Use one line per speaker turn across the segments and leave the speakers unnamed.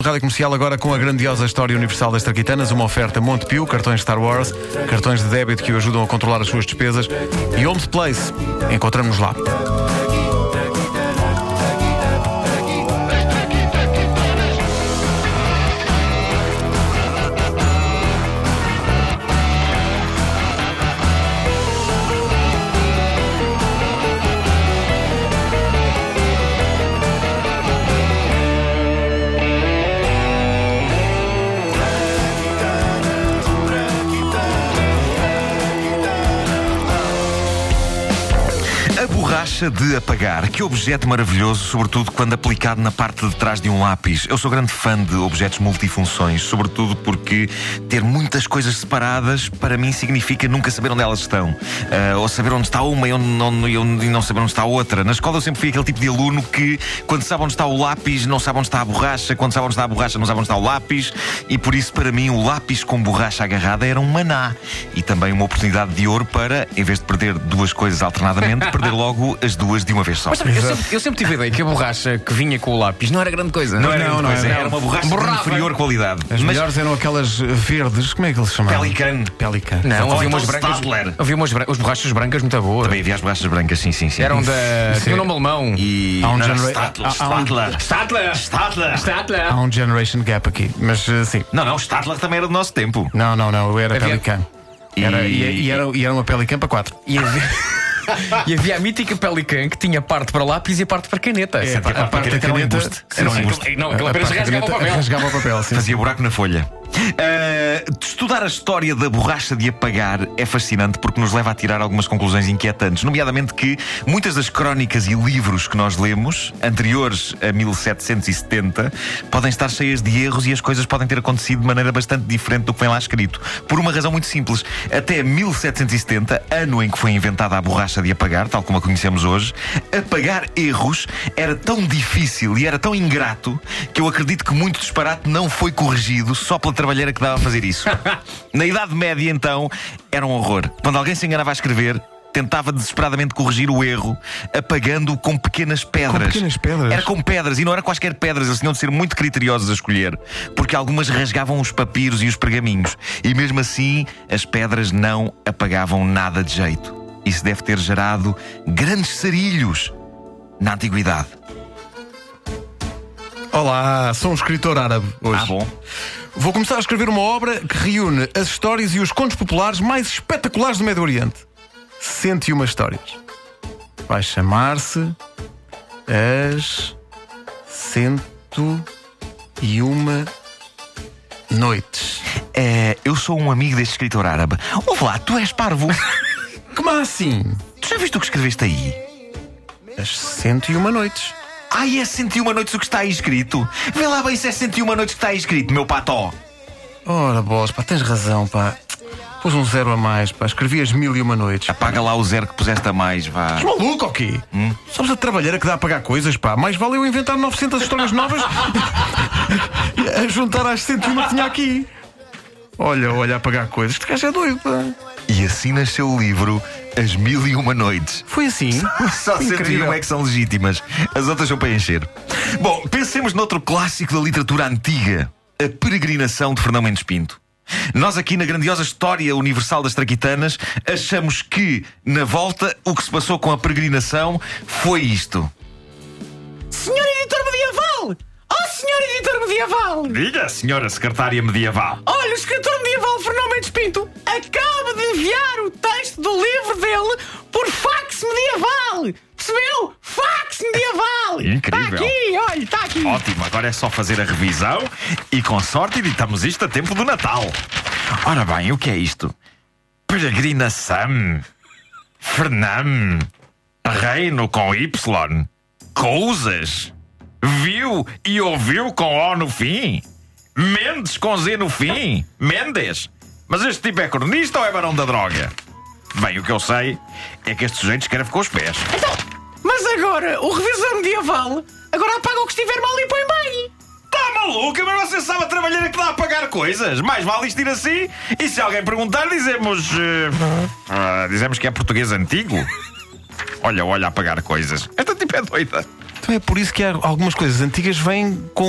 Rádio Comercial agora com a grandiosa história universal das Traquitanas, uma oferta Montepio, cartões Star Wars, cartões de débito que o ajudam a controlar as suas despesas e Homes Place. Encontramos-nos lá.
A borracha de apagar. Que objeto maravilhoso, sobretudo quando aplicado na parte de trás de um lápis. Eu sou grande fã de objetos multifunções, sobretudo porque ter muitas coisas separadas para mim significa nunca saber onde elas estão. Ah, ou saber onde está uma e, onde não- e onde- e não saber onde está a outra. Na escola eu sempre fui aquele tipo de aluno que, quando sabe onde está o lápis, não sabe onde está a borracha. Quando sabe onde está a borracha, não sabe onde está o lápis. E por isso, para mim, o lápis com borracha agarrada era um maná. E também uma oportunidade de ouro para, em vez de perder duas coisas alternadamente, perder logo as duas de uma vez só.
Mas sabe, eu, sempre, eu sempre tive a ideia que a borracha que vinha com o lápis não era grande coisa. Não,
grande coisa,
era.
era uma borracha de
Borrava.
inferior qualidade.
As
mas
melhores eram aquelas eh, verdes, como é que eles se chamavam?
Pelican.
Pelican.
Não,
Ou
havia
então
umas brancas.
Stadler.
Havia umas bran- as borrachas brancas muito boas.
Também havia as borrachas brancas, sim, sim, sim.
Eram da. Tinha um nome alemão.
E.
Há um
não, era
genera-
Stadler.
há- há um-
Stadler.
Stadler!
Stadler.
Stadler!
Há um generation gap aqui, mas eh, sim.
Não, não, Stadler também era do nosso tempo.
Não, não, não, eu era
Havia-
Pelican. Era- e...
E-
e era, e era uma Pelican para quatro.
E havia... e havia a mítica Pelican que tinha parte para lápis e parte para caneta.
É, a parte da
era um
caneta
embuste.
sim,
Era um
sim.
embuste.
Não, aquilo
A
apenas
parte da
rasgava o
caneta
papel.
Rasgava o papel, sim.
Fazia buraco na folha. Ah, de estudar a história da borracha de apagar é fascinante porque nos leva a tirar algumas conclusões inquietantes, nomeadamente que muitas das crónicas e livros que nós lemos, anteriores a 1770, podem estar cheias de erros e as coisas podem ter acontecido de maneira bastante diferente do que vem lá escrito. Por uma razão muito simples. Até 1770, ano em que foi inventada a borracha de apagar, tal como a conhecemos hoje, apagar erros era tão difícil e era tão ingrato que eu acredito que muito disparate não foi corrigido só pela trabalheira que dava a fazer isso. Na Idade Média, então, era um horror. Quando alguém se enganava a escrever, tentava desesperadamente corrigir o erro, apagando-o com pequenas pedras.
pequenas pedras?
Era com pedras, e não era quaisquer pedras, eles tinham de ser muito criteriosos a escolher, porque algumas rasgavam os papiros e os pergaminhos, e mesmo assim as pedras não apagavam nada de jeito. Isso deve ter gerado grandes sarilhos na antiguidade.
Olá, sou um escritor árabe hoje.
Ah, bom.
Vou começar a escrever uma obra que reúne as histórias e os contos populares mais espetaculares do Médio Oriente. 101 histórias. Vai chamar-se As 101 Noites.
É, eu sou um amigo deste escritor árabe. Ouve lá, tu és parvo.
Como assim?
tu já viste o que escreveste aí?
As 101 Noites.
Ai, é 101 noites o que está aí escrito. Vê lá bem se é 101 noites que está aí escrito, meu pató.
Ora, bolas, pá, tens razão, pá. Pus um zero a mais, pá. Escrevi as mil e uma noites.
Apaga lá o zero que puseste a mais, vá.
És Tá maluco ou quê? Somos a trabalheira que dá a pagar coisas, pá. Mais vale eu inventar 900 histórias novas a juntar às 101 que tinha aqui. Olha, olha, a pagar coisas. Este gajo é doido, pá.
E assim nasceu o livro As Mil e Uma Noites.
Foi assim.
Só
Incrível.
101 é que são legítimas. As outras são para encher. Bom, pensemos noutro clássico da literatura antiga: A Peregrinação de Fernão Mendes Pinto. Nós, aqui na grandiosa história universal das Traquitanas, achamos que, na volta, o que se passou com a peregrinação foi isto.
Senhor Editor Medieval! Oh, Senhor Editor Medieval!
Diga, senhora secretária medieval.
Olha, o escritor medieval Fernão Mendes Pinto acaba de enviar o texto do livro dele por fax medieval! Percebeu? Fax medieval!
Incrível.
Está aqui, olha, está aqui!
Ótimo, agora é só fazer a revisão e, com sorte, editamos isto a tempo do Natal. Ora bem, o que é isto? Peregrinação. Fernam. Reino com Y. Cousas. Viu e ouviu com O no fim. Mendes com Z no fim. Mendes. Mas este tipo é cronista ou é barão da droga? Bem, o que eu sei é que este sujeito escreve com os pés.
Então, mas agora, o revisor medieval agora apaga o que estiver mal e põe bem!
Tá maluca, mas você sabe a trabalhar que dá a pagar coisas. Mais vale isto ir assim. E se alguém perguntar, dizemos. eh, ah, dizemos que é português antigo. Olha, olha a pagar coisas. Esta tipo é doida.
Então é por isso que há algumas coisas antigas vêm com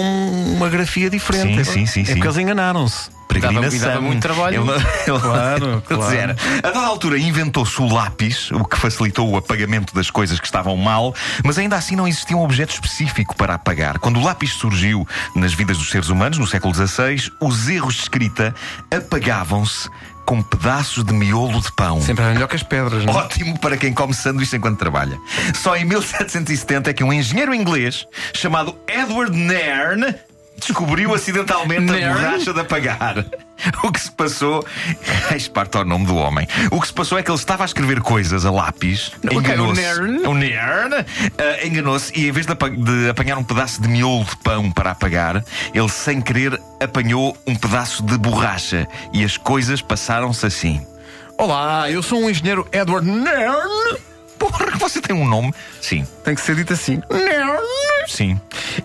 uma grafia diferente.
Sim,
é,
sim, sim,
É
sim.
porque eles enganaram-se.
Peregrinação.
E dava muito trabalho.
Ele não- ele-
Claro,
ele
claro.
era. A dada altura inventou-se o lápis, o que facilitou o apagamento das coisas que estavam mal, mas ainda assim não existia um objeto específico para apagar. Quando o lápis surgiu nas vidas dos seres humanos, no século XVI, os erros de escrita apagavam-se com pedaços de miolo de pão.
Sempre é melhor que as pedras, não é?
Ótimo para quem come sanduíche enquanto trabalha. Só em 1770 é que um engenheiro inglês chamado Edward Nairn descobriu acidentalmente a
Nairn?
borracha de apagar. O que se passou. Esparta o nome do homem. O que se passou é que ele estava a escrever coisas a lápis.
o que era o
enganou-se.
Nairn?
O Nairn ah, enganou-se e em vez de, apa- de apanhar um pedaço de miolo de pão para apagar, ele sem querer apanhou um pedaço de borracha e as coisas passaram-se assim.
Olá, eu sou um engenheiro Edward Nern.
Porra, você tem um nome? Sim.
Tem que ser dito assim. Nern.
Sim.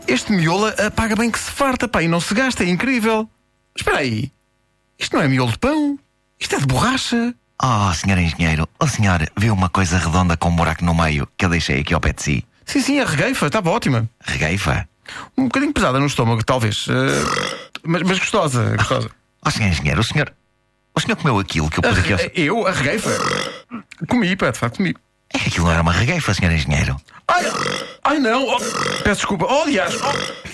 Este miolo apaga bem que se farta, pá, e não se gasta, é incrível. Espera aí. Isto não é miolo de pão. Isto é de borracha.
Oh, senhor engenheiro, o senhor viu uma coisa redonda com um buraco no meio que eu deixei aqui ao pé de si?
Sim, sim, a regueifa, estava ótima.
Regueifa?
Um bocadinho pesada no estômago, talvez. Eh, mas, mas gostosa, gostosa.
Oh, senhor engenheiro, o senhor. O senhor comeu aquilo que é eu pus aqui ao.
Eu, a regueifa? Comi, pá, de facto, comi.
É que aquilo não era uma regueifa, senhor engenheiro.
Ai, ai não! Oh, peço desculpa. Oh, aliás! oh.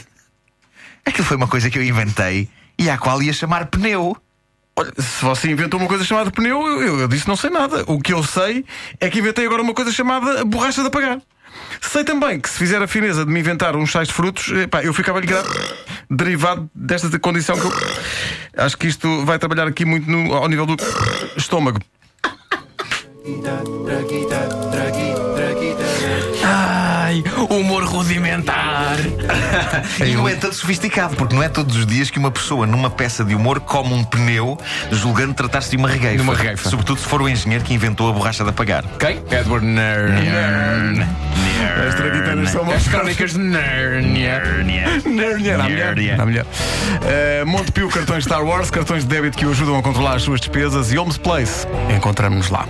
Aquilo foi uma coisa que eu inventei e à qual ia chamar pneu.
Olha, se você inventou uma coisa chamada pneu, eu, eu- eu disse não sei nada. O que eu sei é que inventei agora uma coisa chamada borracha de apagar. Sei também que se fizer a fineza de me inventar uns chás de frutos, eh, pá, eu ficava ligado derivado desta de- condição que eu. Acho que isto vai trabalhar aqui muito no- ao nível do estômago.
Ai, humor rudimentar.
E não é tanto sofisticado, porque não é todos os dias que uma pessoa numa peça de humor come um pneu, julgando tratar-se de uma regueifa.
De uma regueifa.
Sobretudo se for o engenheiro que inventou a borracha de apagar.
Ok? Edward Nern.
As traquitanas são
As crónicas de Nérnia.
Nérnia, dá melhor.
Nérnia.
Dá melhor. Eh, Montepio, cartões Star Wars, cartões de débito que o ajudam a controlar as suas despesas e Homes Place. Encontramos-nos lá.